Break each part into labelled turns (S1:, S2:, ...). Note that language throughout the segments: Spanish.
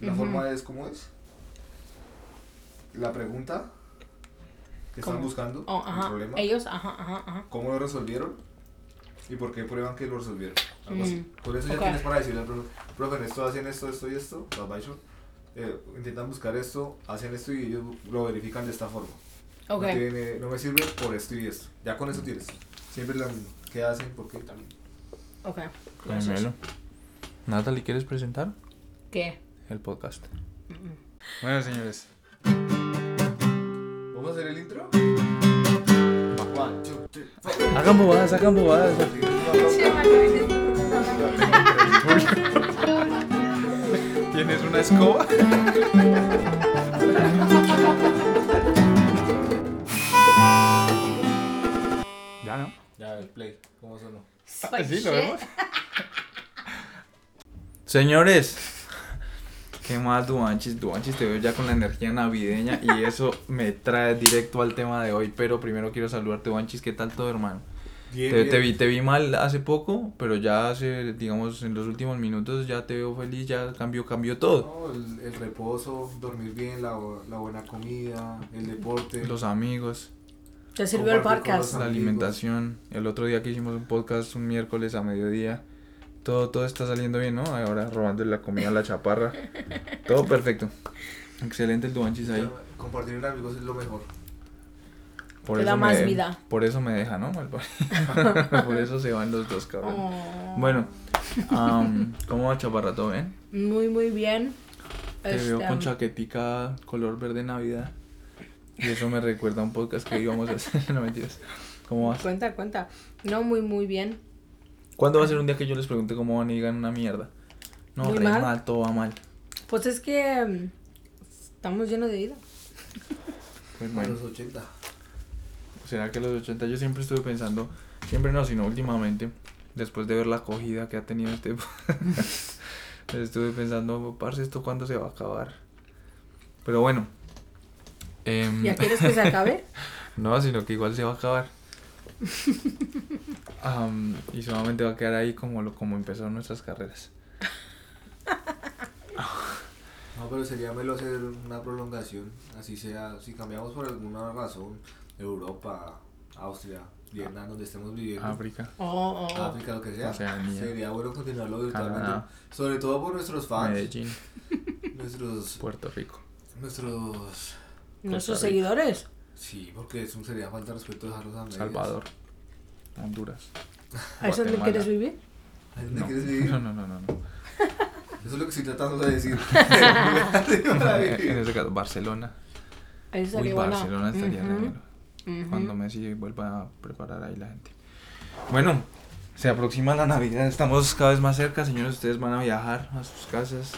S1: La
S2: Ujú.
S1: forma es cómo es. La pregunta que están
S2: ¿Cómo?
S1: buscando,
S2: Oh,
S1: el
S2: ajá.
S1: problema,
S2: Ellos, ajá, ajá, ajá.
S1: cómo lo resolvieron y por qué prueban que lo resolvieron. Algo así.
S2: Mm,
S1: Por eso ya
S2: ok.
S1: tienes para decirle al profe, profe, esto hacen esto, esto y esto, los Bison, eh, intentan buscar esto, hacen esto y ellos lo verifican de esta forma.
S2: Ok.
S1: No, tiene- no me sirve por esto y esto. Ya con eso tienes. Siempre la misma. ¿Qué hacen? ¿Por qué? También.
S2: Ok. Gracias.
S3: Carmelo. Natalie, ¿quieres presentar
S2: ¿Qué?
S3: el podcast?
S2: Mm, mm.
S3: Bueno, señores.
S1: ¿Vamos a hacer el intro? One, two, three, four.
S3: Hagan bobadas, hagan bobadas. ¿Tienes una escoba? ya no.
S1: Ya, el play. ¿Cómo sonó?
S3: Ah,
S2: Like shit.
S3: Señores, ¿qué más, Duanchis? Duanchis, te veo ya con la energía navideña y eso me trae directo al tema de hoy. Pero primero quiero saludarte, Duanchis. ¿Qué tal todo, hermano?
S1: Bien,
S3: te,
S1: bien.
S3: te vi, te vi mal hace poco, pero ya hace, digamos, en los últimos minutos ya te veo feliz, ya cambió, cambió todo.
S1: No, el, el reposo, dormir bien, la, bu- la buena comida, el deporte.
S3: Los amigos,
S2: ¿Te sirvió el
S1: Comparte
S2: podcast?
S1: cosas.
S3: la
S1: amigos.
S3: alimentación. El otro día que hicimos un podcast, un miércoles a mediodía. Todo, todo está saliendo bien, ¿no? Ahora robando la comida a la chaparra. Todo perfecto. Excelente el Duanchis ahí.
S1: Compartir en amigos es lo mejor.
S3: Por
S2: Te da
S3: eso,
S2: más
S3: me,
S2: vida.
S3: por eso me deja, ¿no? Malparido. por eso se van los dos, cabrón.
S2: Oh.
S3: Bueno, am, ¿cómo va Chaparra? ¿Todo bien?
S2: Muy, muy bien.
S3: Te veo
S2: Este,
S3: con chaquetica color verde navidad. Y eso me recuerda a un podcast que íbamos a hacer. No mentiras. ¿Cómo vas?
S2: Cuenta, cuenta. No, muy, muy bien.
S3: ¿Cuándo va a ser un día que yo les pregunte cómo van y digan una mierda? No,
S2: Muy
S3: re
S2: mal.
S3: mal. todo va mal.
S2: Pues es que mm, estamos llenos de vida.
S3: Pues
S1: A
S3: bueno,
S1: los 80.
S3: será que a los 80 yo siempre estuve pensando, siempre no, sino últimamente, después de ver la acogida que ha tenido este podcast, estuve pensando, parce, ¿esto cuándo se va a acabar? Pero bueno. em,
S2: ¿Ya quieres que se acabe?
S3: No, sino que igual se va a acabar. Am, y solamente va a quedar ahí como, lo, como empezaron nuestras carreras.
S1: No, pero sería melo hacer una prolongación. Así sea, si cambiamos por alguna razón, Europa, Austria, Vietnam, donde estemos viviendo.
S3: África.
S2: Oh, oh, oh.
S1: África, lo que sea.
S3: Oceanía.
S1: sería bueno continuarlo virtualmente.
S3: Canadá.
S1: Sobre todo por nuestros fans.
S3: Medellín, Pues.
S1: Nuestros.
S3: Puerto Rico.
S1: Nuestros.
S2: Nuestros
S3: Rica.
S2: seguidores.
S1: Sí, porque es un sería falta de respeto dejarlos a medias.
S3: Salvador. Honduras.
S2: ¿A eso donde
S3: Guatemala.
S2: quieres vivir?
S1: ¿Ahí dónde
S3: No.
S1: quieres vivir?
S3: no, no, no, no. no.
S1: Eso es lo que estoy tratando de decir. Para
S3: en
S1: vivir.
S3: ese caso, Barcelona.
S2: Ahí
S3: Uy,
S2: estaría bueno.
S3: Barcelona estaría re
S2: Ujú,
S3: bueno.
S2: ujú.
S3: Cuando Messi vuelva a preparar ahí la gente. Bueno, se aproxima la Navidad, estamos cada vez más cerca, señores, ustedes van a viajar a sus casas.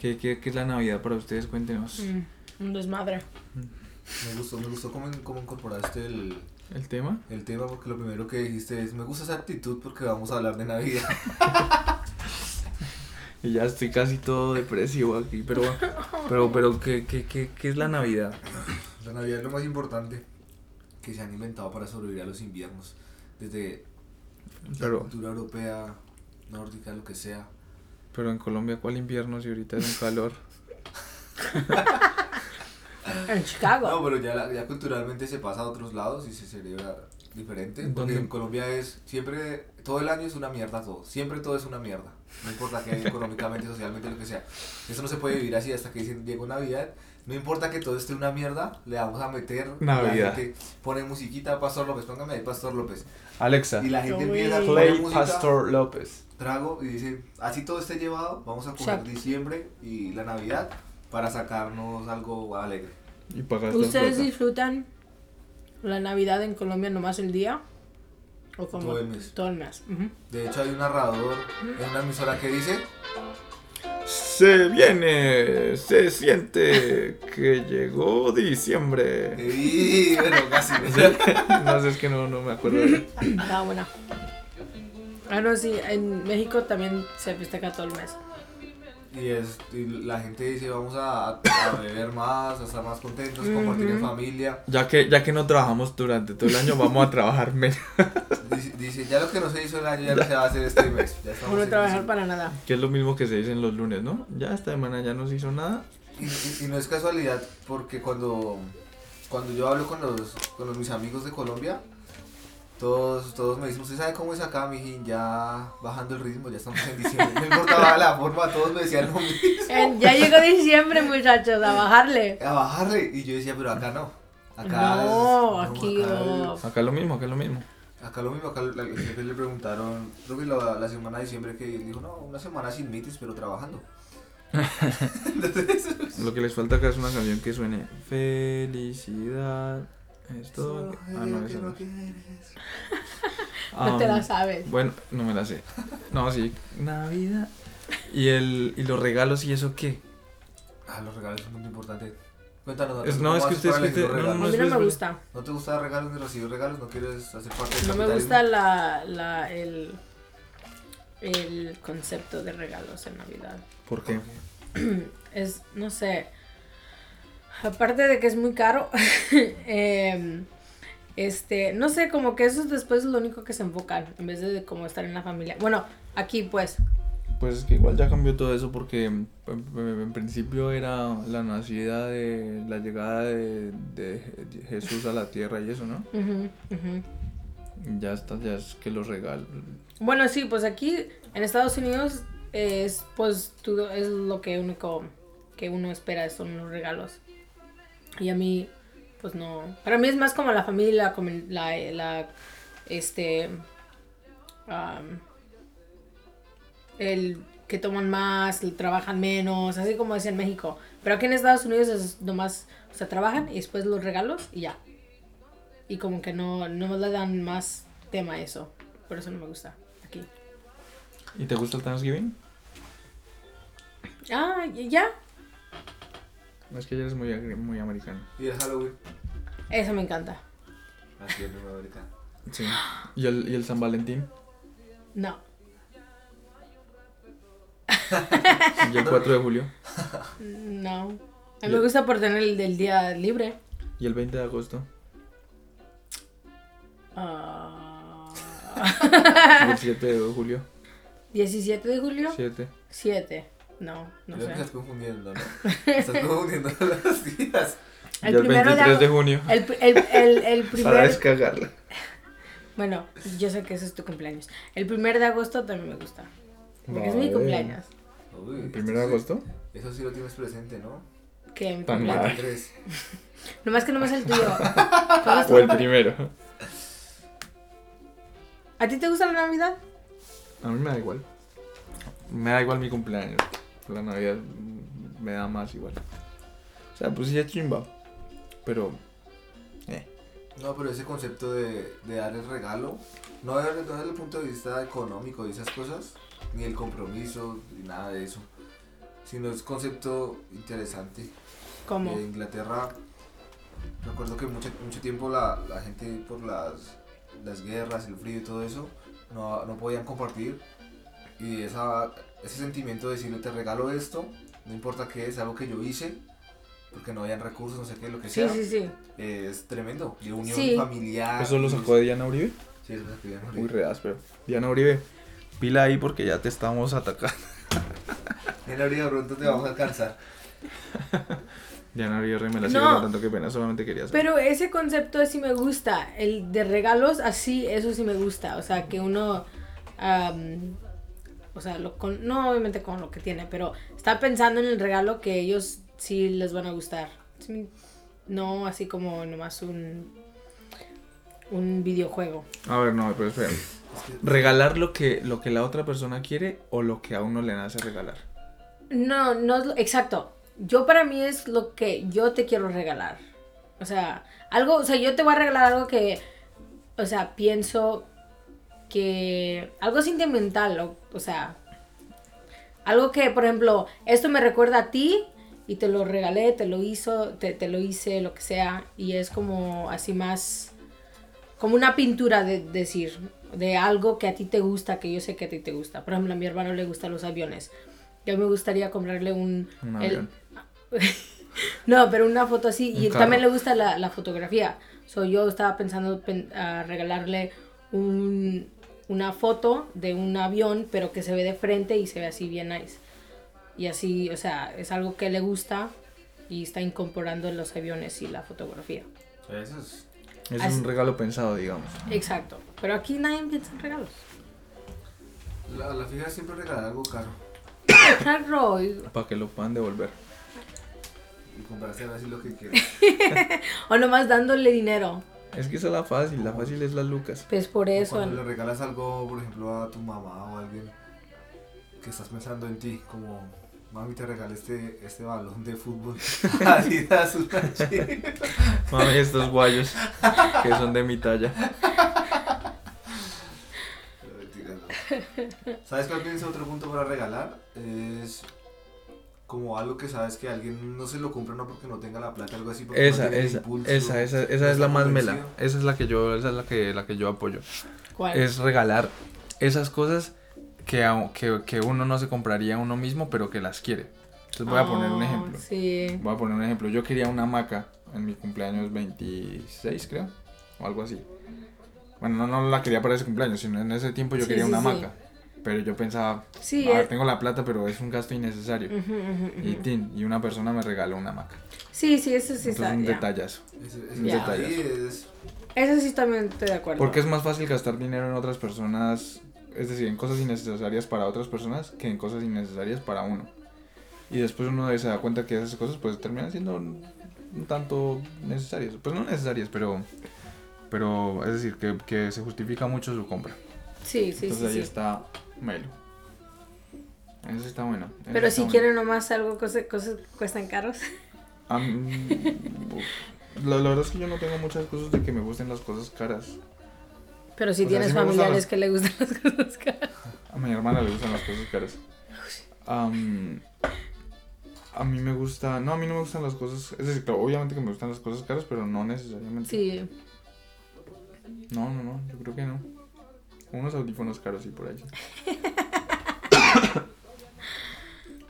S3: ¿Qué, qué, qué es la Navidad para ustedes? Cuéntenos.
S2: Mm, Un desmadre.
S1: Me gustó, me gustó cómo, cómo incorporaste el,
S3: ¿El tema?
S1: el tema porque lo primero que dijiste es me gusta esa actitud porque vamos a hablar de Navidad.
S3: Y ya estoy casi todo depresivo aquí, pero, pero, pero ¿qué, qué, qué, qué es la Navidad?
S1: La Navidad es lo más importante que se han inventado para sobrevivir a los inviernos. Desde la
S3: Pero,
S1: cultura europea, nórdica, lo que sea.
S3: pero en Colombia, ¿cuál invierno si ahorita es un calor?
S2: En Chicago.
S1: No, pero ya, la- ya culturalmente se pasa a otros lados y se celebra diferente. Porque
S3: ¿Dónde?
S1: en Colombia es siempre, todo el año es una mierda todo. Siempre todo es una mierda. No importa que económicamente, socialmente, lo que sea. Eso no se puede vivir así hasta que dicen, llegó Navidad. No importa que todo esté una mierda, le vamos a meter.
S3: Navidad.
S1: La gente pone musiquita, Pastor López, póngame ahí Pastor López.
S3: Alexa,
S1: Y la gente
S2: Uy.
S1: empieza a poner
S3: Play
S1: música,
S3: Pastor López.
S1: trago y dice, así todo esté llevado, vamos a coger
S2: Exacto.
S1: diciembre y la Navidad para sacarnos algo alegre.
S3: Y pagas la
S2: ¿Ustedes
S3: flota.
S2: disfrutan la Navidad en Colombia nomás el día? ¿O como
S1: Todo el mes.
S2: Todo el mes. ujú.
S1: De hecho, hay un narrador en una emisora que dice:
S3: Se viene, se siente que llegó diciembre.
S1: ¡Y bueno, casi!
S3: No sé, es que no, no me acuerdo. de-
S2: Está buena. Ah, no, sí, en México también se festeja todo el mes.
S1: Y, es, y la gente dice: Vamos a, a beber más, a estar más contentos, compartir en
S2: Ujú.
S1: familia.
S3: Ya que, ya que no trabajamos durante todo el año, vamos a trabajar menos.
S1: dice, dice, ya lo que no se hizo el año ya no se va a hacer este mes. Ya estamos
S2: Uno
S1: en
S2: trabajar
S1: diciembre.
S2: para nada.
S3: Que es lo mismo que se dice en los lunes, ¿no? Ya esta semana ya no se hizo nada.
S1: Y, y- y no es casualidad porque cuando, cuando yo hablo con los, con los- mis amigos de Colombia, todos, todos me dicen, ¿usted sabe cómo es acá, mijín? Ya bajando el ritmo, ya estamos en diciembre. No importaba la forma, todos me decían lo mismo.
S2: Eh, ya llegó diciembre, muchachos, a bajarle.
S1: A bajarle. Y yo decía, pero acá no. Acá
S2: No, aquí
S1: acá-
S2: no.
S3: Acá lo mismo, acá lo mismo.
S1: Acá lo mismo, acá la- el jefe le preguntaron, creo que la, la semana de diciembre que él dijo, no, una semana sin mitis, pero trabajando. Entonces,
S3: Lo que les falta acá es una canción que suene Felicidad. Esto. Ah, no, esa no.
S2: No te
S3: Ah,
S2: la sabes.
S3: Bueno, no me la sé. No, sí. Navidad. ¿Y, el, y los regalos y eso qué?
S1: Ah, los regalos son muy importantes. Cuéntanos,
S3: Es-
S1: Natalia,
S3: no,
S1: ¿cómo
S3: es que
S1: haces para
S3: ustedes que
S1: elegir
S3: usted-
S1: los
S2: A
S3: no,
S1: regalos?
S3: no,
S2: mí no
S3: es-
S2: me gusta.
S1: ¿No te gusta dar regalos ni recibir regalos? ¿No quieres hacer parte del
S2: No me
S1: capitalismo?
S2: gusta la, la, el, el concepto de regalos en Navidad.
S3: ¿Por qué?
S2: Es, no sé. Aparte de que es muy caro, em, este, no sé, como que eso es después lo único que se enfocan, en vez de como estar en la familia. Bueno, aquí pues,
S3: Pues es que igual ya cambió todo eso porque mm, en, en- en principio era la nacida de la llegada de, de Je- Jesús a la tierra y eso, ¿no?
S2: Ujú, ujú.
S3: Y Ya está, ya es que los regalos.
S2: Bueno, sí, pues aquí en Estados Unidos es pues todo es lo que único que uno espera son los regalos. Y a mí pues no, para mí es más como la familia, la comu- la, la, este am, el que toman más, el trabajan menos, así como es en México. Pero aquí en Estados Unidos es nomás, o sea, trabajan y después los regalos y ya. Y como que no, no le dan más tema a eso. Por eso no me gusta aquí.
S3: ¿Y te gusta el Thanksgiving?
S2: Ah, y ya.
S3: Es que ya eres muy, agri- muy americano.
S1: ¿Y el Halloween?
S2: Eso me encanta.
S1: Así es, Nueva América.
S3: Sí. ¿Y el, y el San Valentín?
S2: No.
S3: ¿Y el 4 de julio?
S2: No. A mí me gusta por tener el del día libre.
S3: ¿Y el 20 de agosto?
S2: Ah,
S3: ¿Y el 7 de julio?
S2: 17 de julio.
S3: 7.
S2: 7. No,
S1: Creo
S2: no
S1: que
S2: sé.
S1: estás confundiendo, ¿no? Estás confundiendo las días.
S3: Y
S2: El
S3: el
S2: primero de
S3: 23 de
S2: agosto.
S3: junio.
S2: El, pr- el, el, el
S3: Para
S2: primer.
S3: descagarla.
S2: Bueno, yo sé que ese es tu cumpleaños. El primer de agosto también me gusta. Porque es mi
S3: Vale.
S2: cumpleaños.
S1: Uy,
S3: ¿El 1 de
S1: esto sí-
S3: agosto? Ah,
S1: Eso sí lo tienes presente, ¿no?
S2: Que mi
S3: Tan
S2: cumpleaños.
S3: mal.
S1: Tres.
S2: Nomás que no me es el tuyo. ¿Cuál es tu
S3: ¿O el
S2: cumple-
S3: primero?
S2: ¿A ti te gusta la Navidad?
S3: A mí me da igual. Me da igual mi cumpleaños. La Navidad mm, me da más igual. O sea, pues sí es chimba. Pero. Eh.
S1: No, pero ese concepto de, de dar el regalo, no desde, no desde el punto de vista económico y esas cosas, ni el compromiso, ni nada de eso, sino es concepto interesante.
S2: ¿Cómo?
S1: En Inglaterra, recuerdo que mucho, mucho tiempo la, la gente por las, las guerras, el frío y todo eso, no, no podían compartir. Y esa, ese sentimiento de decirle, te regalo esto, no importa qué es, algo que yo hice, porque no habían recursos, no sé qué, lo que
S2: Sí,
S1: sea.
S2: sí, sí.
S1: Es tremendo, de unión
S2: Sí.
S1: familiar.
S3: Eso lo sacó de Diana Uribe.
S1: Sí, eso lo sacó de Diana
S3: Muy
S1: Uribe.
S3: reas, pero. Diana Uribe, pila ahí porque ya te estamos atacando.
S1: Diana Uribe, pronto te vamos a alcanzar.
S3: Diana Uribe me la sigue
S2: No.
S3: contando, qué pena, solamente quería saber.
S2: Pero ese concepto sí me gusta, el de regalos así, eso sí me gusta, o sea, que uno, am, o sea, lo con, no obviamente con lo que tiene, pero está pensando en el regalo que ellos sí les van a gustar. Sí, No así como nomás un, un videojuego.
S3: A ver, no, pero espera. Regalar lo que, lo que la otra persona quiere o lo que a uno le nace regalar.
S2: No, no, es lo- exacto. Yo para mí es lo que yo te quiero regalar. O sea, algo, o sea, yo te voy a regalar algo que, o sea, pienso que, algo sentimental, o, o sea, algo que, por ejemplo, esto me recuerda a ti y te lo regalé, te lo hizo, te, te lo hice, lo que sea, y es como así más, como una pintura de decir, de algo que a ti te gusta, que yo sé que a ti te gusta. Por ejemplo, a mi hermano le gustan los aviones. Yo me gustaría comprarle un...
S3: Un
S2: el-
S3: avión.
S2: no, pero una foto así.
S3: Un
S2: y
S3: carro.
S2: también le gusta la, la fotografía. So, yo estaba pensando pen- a regalarle un- una foto de un avión, pero que se ve de frente y se ve así bien nice. Y así, o sea, es algo que le gusta y está incorporando los aviones y la fotografía.
S1: Eso es.
S3: Es
S2: Así-
S3: un regalo pensado, digamos.
S2: Exacto. Pero aquí nadie piensa en regalos.
S1: La, la fija es siempre regalar algo caro.
S2: Claro, y-
S3: Para que lo puedan devolver.
S1: Y comprarse ahora sí lo que quieras.
S2: O nomás dándole dinero.
S3: Es que esa es la fácil, la fácil es las lucas.
S2: Pues por
S1: O
S2: eso.
S1: Cuando le regalas algo, por ejemplo, a tu mamá o a alguien que estás pensando en ti, como mami te regalé este, este balón de fútbol. Adidas, una chica.
S3: Mami, estos guayos que son de mi talla.
S1: No, mentira, no. ¿Sabes cuál pienso otro punto para regalar? Es como algo que sabes que alguien no se lo compra no porque no tenga la plata, algo así. Porque
S3: Esa,
S1: no tiene el
S3: esa,
S1: impulso,
S3: esa, esa,
S1: no
S3: esa es
S1: está
S3: la más mela.
S1: convencido.
S3: Esa es la que yo, esa es la que, la que yo apoyo.
S2: ¿Cuál?
S3: Es regalar esas cosas que, a- que, que uno no se compraría a uno mismo, pero que las quiere. Entonces voy a poner un
S2: Ah,
S3: ejemplo.
S2: Sí.
S3: Voy a poner un ejemplo. Yo quería una hamaca en mi cumpleaños 26, creo, o algo así. Bueno, no, no la quería para ese cumpleaños, sino en ese tiempo yo
S2: Sí,
S3: quería
S2: sí,
S3: una
S2: sí.
S3: hamaca. Pero yo pensaba,
S2: Sí,
S3: a ver,
S2: es-
S3: tengo la plata, pero es un gasto innecesario.
S2: Ujú, ujú, ujú.
S3: Y tin, y una persona me regaló una hamaca.
S2: Sí, sí, eso sí
S3: Entonces,
S2: está.
S3: un
S2: ya.
S3: detallazo.
S1: Ese- ese-
S2: Un
S1: ahí
S3: detallazo.
S1: es-
S2: Eso sí también estoy de acuerdo.
S3: Porque es más fácil gastar dinero en otras personas, es decir, en cosas innecesarias para otras personas que en cosas innecesarias para uno. Y después uno se da cuenta que esas cosas pues terminan siendo un un tanto necesarias. Pues no necesarias, pero pero es decir, que, que se justifica mucho su compra.
S2: Sí, sí,
S3: Entonces ahí
S2: sí. sí.
S3: está Melo. Eso está bueno. eso
S2: Pero
S3: está
S2: si
S3: bueno.
S2: quieren nomás algo, cosas, cosas que cuestan caros.
S3: A mí- uf. la, la verdad es que yo no tengo muchas cosas de que me gusten las cosas caras.
S2: Pero si
S3: O sea,
S2: tienes
S3: sí me gustan
S2: familiares
S3: las-
S2: que le gustan las cosas caras.
S3: A mi hermana le gustan las cosas caras. Am, a mí me gusta. No, a mí no me gustan las cosas. Es decir, claro, obviamente que me gustan las cosas caras, pero no necesariamente.
S2: Sí.
S3: No, no, no, yo creo que no. Unos audífonos caros y por ahí.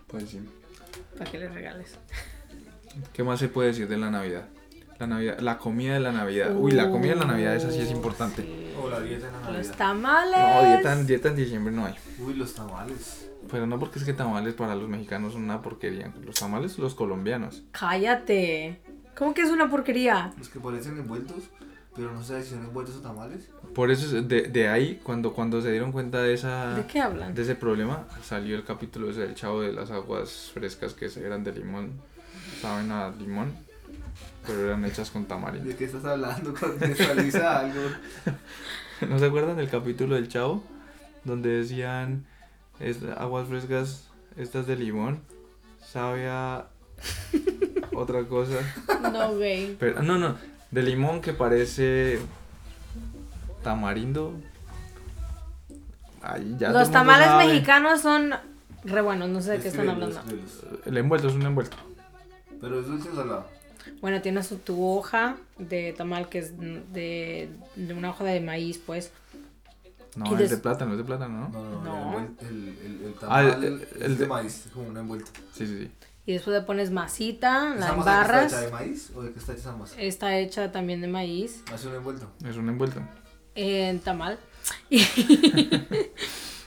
S3: pues sí.
S2: Para que les regales.
S3: ¿Qué más se puede decir de la Navidad? La Navidad, la comida de la Navidad. Uy, la comida de la Navidad, esa sí es
S2: Uh,
S3: importante.
S2: sí.
S1: O la dieta en la
S2: Los
S1: Navidad.
S2: tamales.
S3: No, dieta, en- dieta en diciembre no hay.
S1: Uy, los tamales.
S3: Pero no porque es que tamales para los mexicanos son una porquería. Los tamales los colombianos.
S2: Cállate. ¿Cómo que es una porquería?
S1: Los que parecen envueltos, pero no sé si son envueltos o tamales.
S3: Por eso, es- de, de ahí, cuando, cuando se dieron cuenta de, esa,
S2: ¿De qué hablan?
S3: Ah, de ese problema, salió el capítulo ese del chavo de las aguas frescas que se eran de limón. Saben a limón, pero eran hechas con tamarindo.
S1: ¿De qué estás hablando? Contextualiza algo.
S3: ¿No se acuerdan del capítulo del chavo? Donde decían, "Es- aguas frescas, estas de limón, sabe a otra cosa.
S2: No, güey.
S3: Pero, no, no, de limón que parece tamarindo. Ay, ya todo el
S2: Los
S3: mundo
S2: tamales
S3: sabe.
S2: mexicanos son re buenos, no sé de qué
S1: Es
S2: están
S1: que los-
S2: hablando.
S1: de los-
S3: El envuelto es un envuelto.
S1: Pero es dulce o salado.
S2: Bueno, tienes su- tu hoja de tamal que es de, de una hoja de maíz, pues. Y
S3: No, es
S2: des-
S3: de plátano, es de plátano, ¿no?
S1: No, no,
S2: No.
S1: no. El, envuel- el, el, el
S3: Ah,
S1: tamal
S3: el-
S1: es
S3: el
S1: de
S3: de-
S1: maíz, es como un envuelto.
S3: Sí, sí, sí.
S2: Y después le pones masita, la
S1: ¿Esa masa de qué está hecha de
S2: embarras.
S1: maíz o de qué está hecha esa masa?
S2: Está hecha también de maíz,
S1: ¿Hace un envuelto?
S3: Es un envuelto.
S2: en tamal. Y,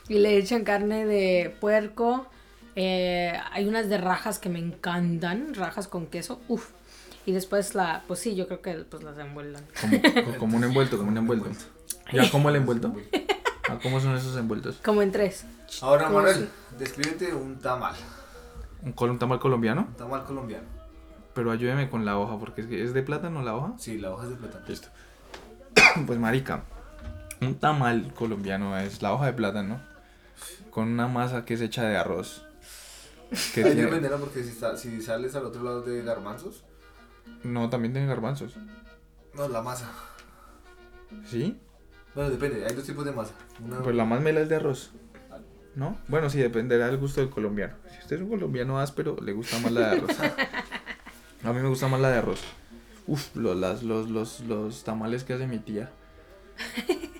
S2: y le echan carne de puerco. eh, hay unas de rajas que me encantan, rajas con queso, uff. Y después la, pues sí, yo creo que pues las envuelvan.
S3: Como, co- como un envuelto, como un envuelto. ¿Ya como el envuelto? ¿A cómo son esos envueltos?
S2: Como en tres.
S1: Ahora,
S2: ¿Cómo
S1: Manuel, descríbete un tamal,
S3: ¿Un, col- un tamal colombiano?
S1: un tamal colombiano.
S3: Pero ayúdeme con la hoja, porque es, que- ¿es de plátano la hoja.
S1: Sí, la hoja es de plátano.
S3: Listo. Pues marica, un tamal colombiano es la hoja de plátano con una masa que es hecha de arroz. Que
S1: Hay que
S3: tiene-
S1: venderla porque si, sa- si sales al otro lado de garbanzos,
S3: No, también tiene garbanzos.
S1: no, la masa.
S3: ¿Sí?
S1: Bueno, depende, hay dos tipos de masa. Una,
S3: Pues la más mela es de arroz. ¿No? Bueno, sí, dependerá del gusto del colombiano. Si usted es un colombiano áspero, le gusta más la de arroz. A mí me gusta más la de arroz. Uf, lo- las- los, los, los tamales que hace mi tía.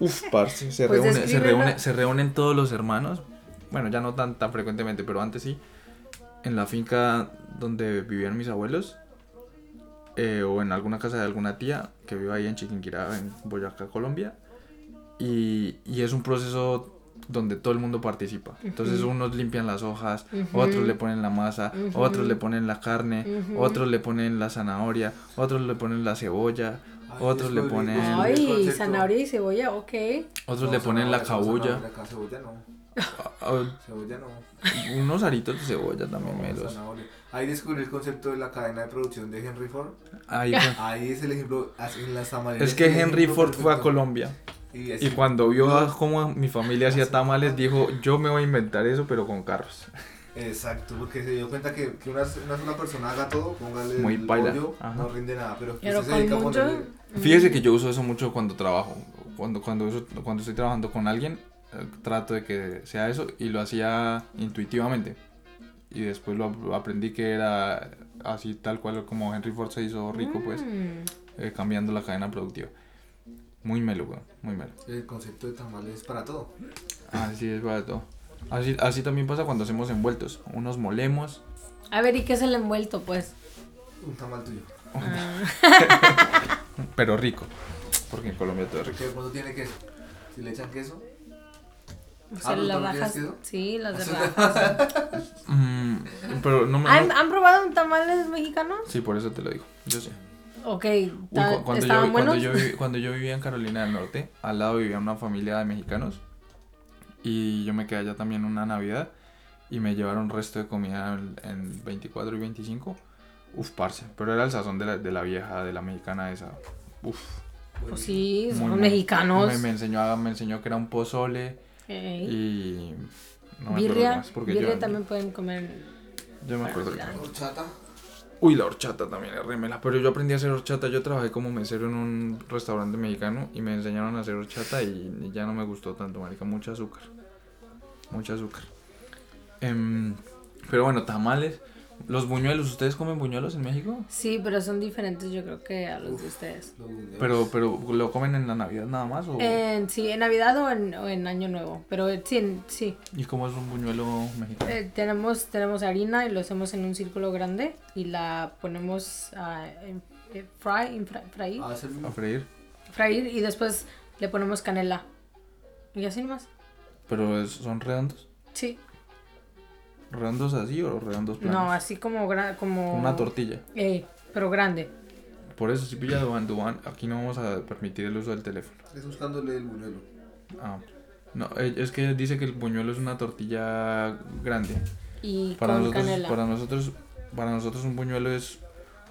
S3: Uf, parce, se,
S2: Pues
S3: reúne- se,
S2: descríbelo.
S3: reúne- se reúnen todos los hermanos. Bueno, ya no tan, tan frecuentemente, pero antes sí. En la finca donde vivían mis abuelos. eh, o en alguna casa de alguna tía que vive ahí en Chiquinquirá, en Boyacá, Colombia. y, y es un proceso donde todo el mundo participa. Entonces
S2: Ujú.
S3: unos limpian las hojas,
S2: Ujú.
S3: otros le ponen la masa,
S2: Ujú.
S3: otros le ponen la carne,
S2: Ujú.
S3: otros le ponen la zanahoria, otros le ponen la cebolla,
S1: Ay,
S3: otros le
S1: descubrí-
S3: ponen,
S1: Ay, el
S2: Ay,
S1: concepto. Pues
S2: zanahoria y cebolla, ok.
S3: otros
S1: No,
S3: le ponen la
S1: zanahoria,
S3: cabulla,
S1: acá Cebolla no,
S3: ah,
S1: cebolla no.
S3: unos aritos de cebolla también
S1: no,
S3: melos.
S1: zanahoria. Ahí descubrí el concepto de la cadena de producción de Henry Ford.
S3: Ahí fue.
S1: Ahí es el ejemplo, así en las tamaleras.
S3: Es que
S1: el
S3: Henry
S1: ejemplo
S3: Ford fue a
S1: perfecto.
S3: Colombia
S1: Y, así-
S3: y cuando vio a cómo mi familia hacía tamales dijo, yo me voy a inventar eso pero con carros.
S1: Exacto, porque se dio cuenta que, que una, una sola persona haga todo, póngale
S3: Muy
S1: el
S3: paila,
S1: pollo,
S3: ajá.
S1: no rinde nada, pero, que
S2: Pero
S1: usted
S2: con
S1: dedica a
S2: mucho. Mm.
S1: ponerle-
S3: Fíjese que yo uso eso mucho cuando trabajo. Cuando, cuando, eso- cuando estoy trabajando con alguien, eh, trato de que sea eso y lo hacía intuitivamente. Y después lo ap- aprendí que era así tal cual como Henry Ford se hizo rico, pues,
S2: Mm.
S3: eh, cambiando la cadena productiva. Muy melo, weón, muy melo.
S1: El concepto de tamales para todo.
S3: Así es para todo. Así, así también pasa cuando hacemos envueltos. Unos molemos.
S2: A ver, ¿y qué es el envuelto, pues?
S1: Un tamal tuyo.
S2: Ah,
S3: Pero rico. Porque en Colombia todo es rico.
S1: Porque de pronto tiene queso. Si le echan queso,
S2: o
S1: Ah,
S2: sea,
S1: ¿pero tú
S2: las
S1: no tienes
S2: rajas.
S1: queso?
S2: Sí, las de
S1: Eso-
S2: rajas.
S3: Mm, pero no me... no-
S2: ¿Han, han probado un tamales mexicanos?
S3: Sí, por eso te lo digo. Yo sé.
S2: Ok,
S3: Uy, cu-
S2: ta-
S3: cuando, yo,
S2: ¿estaban
S3: vi- cuando,
S2: buenos?
S3: yo, vi- cuando yo vivía en Carolina del Norte, al lado vivía una familia de mexicanos y yo me quedé allá también una Navidad y me llevaron resto de comida en, en 24 y 25. Uf, parce, pero era el sazón de la, de la vieja, de la mexicana esa. Uf,
S1: bueno,
S2: Pues sí,
S3: muy
S2: son
S3: bueno.
S2: mexicanos.
S3: Me, me enseñó, a- me enseñó que era un pozole
S2: Ey.
S3: y... No me acuerdo
S2: birria,
S3: más, porque
S2: birria
S3: yo,
S2: también pueden comer.
S3: yo me acuerdo. que-
S1: Horchata.
S3: Uy, la horchata también es remela. Pero yo aprendí a hacer horchata. Yo trabajé como mesero en un restaurante mexicano y me enseñaron a hacer horchata y ya no me gustó tanto, marica. Mucho azúcar. Mucho azúcar. Em, pero bueno, tamales. Los buñuelos. ¿Ustedes comen buñuelos en México?
S2: Sí, pero son diferentes yo creo que a los
S1: Uf.
S2: de ustedes.
S1: Los buñuelos.
S3: Pero, pero ¿lo comen en la Navidad nada más? O...
S2: En- sí, en Navidad o en, o en Año Nuevo, pero eh, sí, en- sí.
S3: ¿Y cómo es un buñuelo mexicano?
S2: Eh, tenemos, tenemos harina y lo hacemos en un círculo grande y la ponemos a en- eh, fry, en fra- freír,
S1: Ah, es el-
S3: A freír.
S2: freír y después le ponemos canela. Y así nomás.
S3: ¿Pero es- son redondos?
S2: Sí.
S3: ¿Redondos así o redondos planos?
S2: No, así como... gra- como
S3: Como Una tortilla.
S2: Ey, pero grande.
S3: Por eso, si pilla Duan Duan, aquí no vamos a permitir el uso del teléfono.
S1: es buscándole el buñuelo.
S3: Ah, no, eh, es que dice que el buñuelo es una tortilla grande.
S2: Y
S3: Para
S2: con
S3: nosotros,
S2: canela.
S3: para nosotros, para nosotros un buñuelo es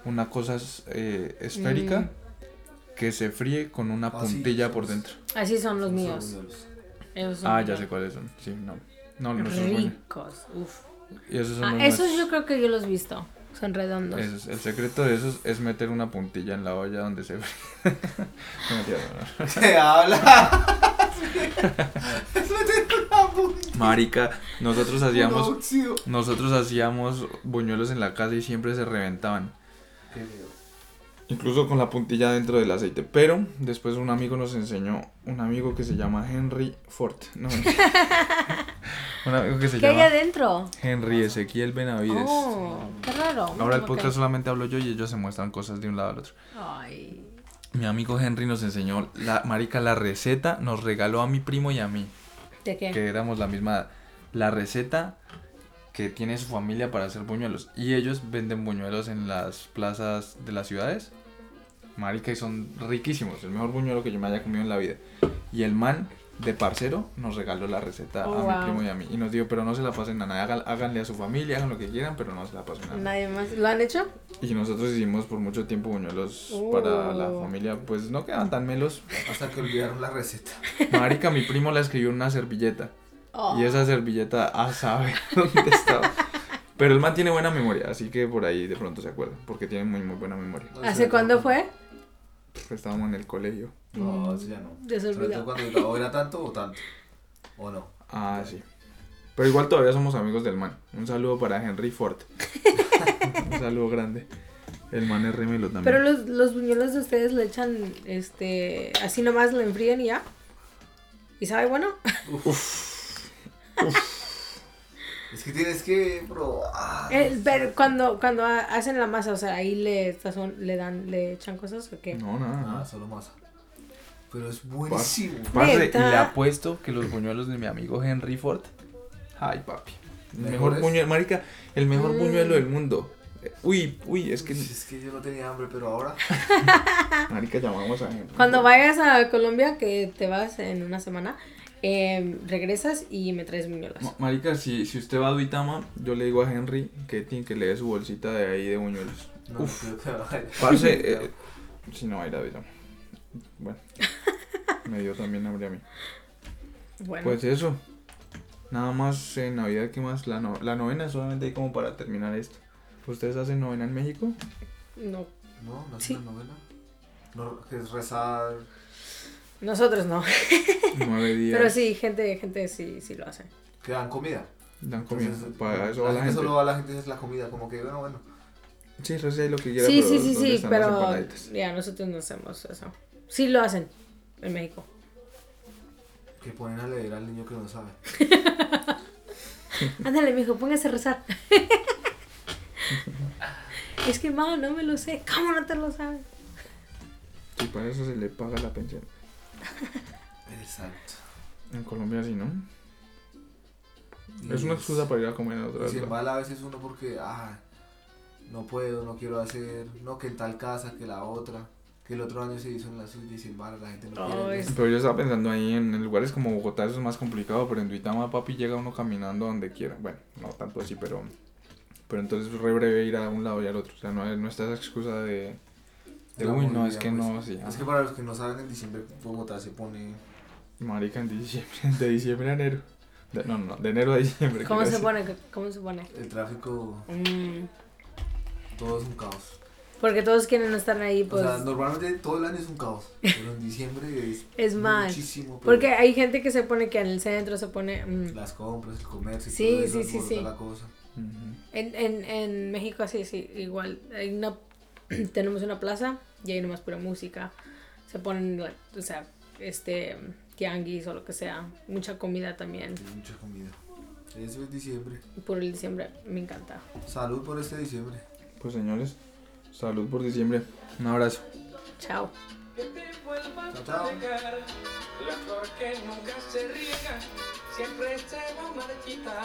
S3: una cosa es- eh, esférica
S2: Mm.
S3: que se fríe con una
S1: Ah, sí,
S3: puntilla
S1: sí,
S3: por
S1: sí.
S3: dentro.
S2: Así son los
S1: Son
S2: míos.
S1: buñuelos.
S2: Esos son
S3: Ah,
S2: los
S3: ya
S2: míos.
S3: sé cuáles son. Sí, no. No, no son buñuelos.
S2: Ricos, uf.
S3: Y esos son
S2: Ah,
S3: los
S2: esos
S3: nuestros.
S2: yo creo que yo los he visto. Son redondos.
S3: Ese es- el secreto de esos es meter una puntilla en la olla donde se fríe. No, mentira, no, no.
S1: Se habla. es meter una buñuelo.
S3: Marica, nosotros hacíamos,
S1: Un óxido.
S3: nosotros hacíamos buñuelos en la casa y siempre se reventaban.
S1: Qué miedo.
S3: incluso con la puntilla dentro del aceite. Pero después un amigo nos enseñó, un amigo que se llama Henry Ford, no, mentira. un amigo que se
S2: ¿Qué hay
S3: llama
S2: adentro?
S3: Henry Ezequiel Benavides.
S2: Oh, qué raro.
S3: Ahora el
S2: Ok.
S3: podcast solamente hablo yo y ellos se muestran cosas de un lado al otro.
S2: Ay.
S3: Mi amigo Henry nos enseñó la marica la receta, nos regaló a mi primo y a mí,
S2: ¿De qué?
S3: que éramos la misma edad, la receta que tiene su familia para hacer buñuelos y ellos venden buñuelos en las plazas de las ciudades. Marica, y son riquísimos. El mejor buñuelo que yo me haya comido en la vida. Y el man de parcero nos regaló la receta
S2: Oh,
S3: a mi
S2: wow.
S3: primo y a mí. Y nos dijo, pero no se la pasen a nadie. hagan- háganle a su familia, hagan lo que quieran, pero no se la pasen a nadie.
S2: Nadie más. ¿Lo han hecho?
S3: Y nosotros hicimos por mucho tiempo buñuelos
S2: Oh.
S3: para la familia. Pues no quedaban tan melos.
S1: Hasta que olvidaron la receta.
S3: Marica, mi primo la escribió en una servilleta.
S2: Oh.
S3: Y esa servilleta a saber dónde estaba. Pero el man tiene buena memoria, así que por ahí de pronto se acuerda, porque tiene muy muy buena memoria.
S2: ¿Hace cuándo fue?
S3: Estábamos en el colegio.
S1: No, eso ya no.
S2: Ya se
S1: Sobre todo
S2: olvidó.
S1: cuando digo, o era tanto o tanto. O no.
S3: Ah, sí. Pero igual todavía somos amigos del man. Un saludo para Henry Ford. Un saludo grande. El man es remelo también.
S2: Pero los, los buñuelos de ustedes le echan, este, así nomás lo enfríen y ya. ¿Y sabe bueno?
S1: Es que tienes que probar.
S2: Eh, pero cuando, cuando ha- hacen la masa, o sea, ahí le, sazon- le dan, le echan cosas o qué.
S3: No, nada.
S1: Ah,
S3: nada.
S1: solo masa. Pero es buenísimo.
S3: Parce, y
S2: Neta.
S3: le apuesto que los buñuelos de mi amigo Henry Ford. Ay, papi. El mejor
S1: ¿Mejores?
S3: buñuelo, marica, el mejor
S2: Mm.
S3: buñuelo del mundo. Eh, Uy, uy, es que
S1: Pues Es que yo no tenía hambre, pero ahora.
S3: marica llamamos a Henry.
S2: Ah. Cuando vayas a Colombia, que te vas en una semana, eh, regresas y me traes buñuelos.
S3: Ma- Marica, si, si usted va a Duitama, yo le digo a Henry que tiene que le dé su bolsita de ahí de buñuelos.
S1: No,
S3: Uf.
S1: no creo que vaya.
S3: Parce, eh, si no va a ir a Duitama. Bueno, me dio también hambre a mí.
S2: Bueno,
S3: Pues eso. Nada más en Navidad, ¿qué más? La, no- la novena, solamente ahí como para terminar esto. ¿Ustedes hacen novena en México?
S2: no,
S1: No, no es
S2: Sí.
S1: una novela. No, que es rezar.
S2: nosotros no.
S3: Nueve días.
S2: Pero sí, gente, gente sí, sí lo hace.
S1: Que dan comida.
S3: Dan comida.
S1: Entonces,
S3: para eso va
S1: la
S3: la
S1: gente
S3: gente.
S1: solo va a la gente es la comida, como que bueno, bueno.
S3: Sí, reza ahí lo que quiera.
S2: Sí,
S3: pero
S2: sí, sí,
S3: ¿dónde
S2: sí,
S3: están las
S2: pero
S3: empanaditas?
S2: ya nosotros no hacemos eso. Sí lo hacen en México.
S1: Que ponen a leer al niño que no sabe.
S2: Ándale, mijo, póngase a rezar. es que, ma, no me lo sé. ¿Cómo no te lo sabes?
S3: Sí, para eso se le paga la pensión.
S1: Exacto.
S3: En Colombia sí, ¿no?
S1: Y
S3: es una excusa para ir a comer a otra
S1: Y
S3: vez.
S1: se embala a veces uno porque, ah, no puedo, no quiero hacer, no que en tal casa, que la otra, que el otro año se hizo en la suya y se embala, la gente no quiere.
S2: Ay,
S1: ir.
S2: sí.
S3: Pero yo estaba pensando ahí en en lugares como Bogotá, eso es más complicado, pero en Duitama, papi, llega uno caminando a donde quiera. Bueno, no tanto así, pero. Pero entonces es re breve ir a un lado y al otro. O sea, no, no está esa excusa de. de,
S1: La
S3: uy, no, es
S1: movilidad,
S3: que
S1: pues.
S3: no, sí.
S1: Es
S3: ah".
S1: que para los que no saben, en diciembre Bogotá se pone.
S3: Marica, en diciembre, de diciembre a enero. De- no, no, de enero a diciembre.
S2: ¿Cómo
S3: quiero
S2: se
S3: decir.
S2: pone? ¿Cómo se pone?
S1: El tráfico,
S2: Mm,
S1: todo es un caos.
S2: porque todos quieren estar ahí,
S1: O
S2: pues.
S1: sea, normalmente todo el año es un caos, pero en diciembre es,
S2: Es más,
S1: muchísimo. pero
S2: porque hay gente que se pone que en el centro se pone. mm,
S1: Las compras, el comercio, y
S2: Sí,
S1: todo eso,
S2: sí, sí,
S1: alborota
S2: sí.
S1: la cosa.
S3: Ujú.
S2: En, en, en México así, sí, igual. Hay una, tenemos una plaza y ahí nomás pura música. Se ponen, like, o sea, este, tianguis o lo que sea. Mucha comida también,
S1: Tiene mucha comida. Eso es diciembre.
S2: por el diciembre. Me encanta.
S1: Salud por este diciembre.
S3: Pues señores, salud por diciembre. Un abrazo.
S2: Chao.
S4: Que te vuelvas
S1: Chao,
S4: a
S1: chao.
S4: pegar La flor que nunca se riega Siempre se va a marchitar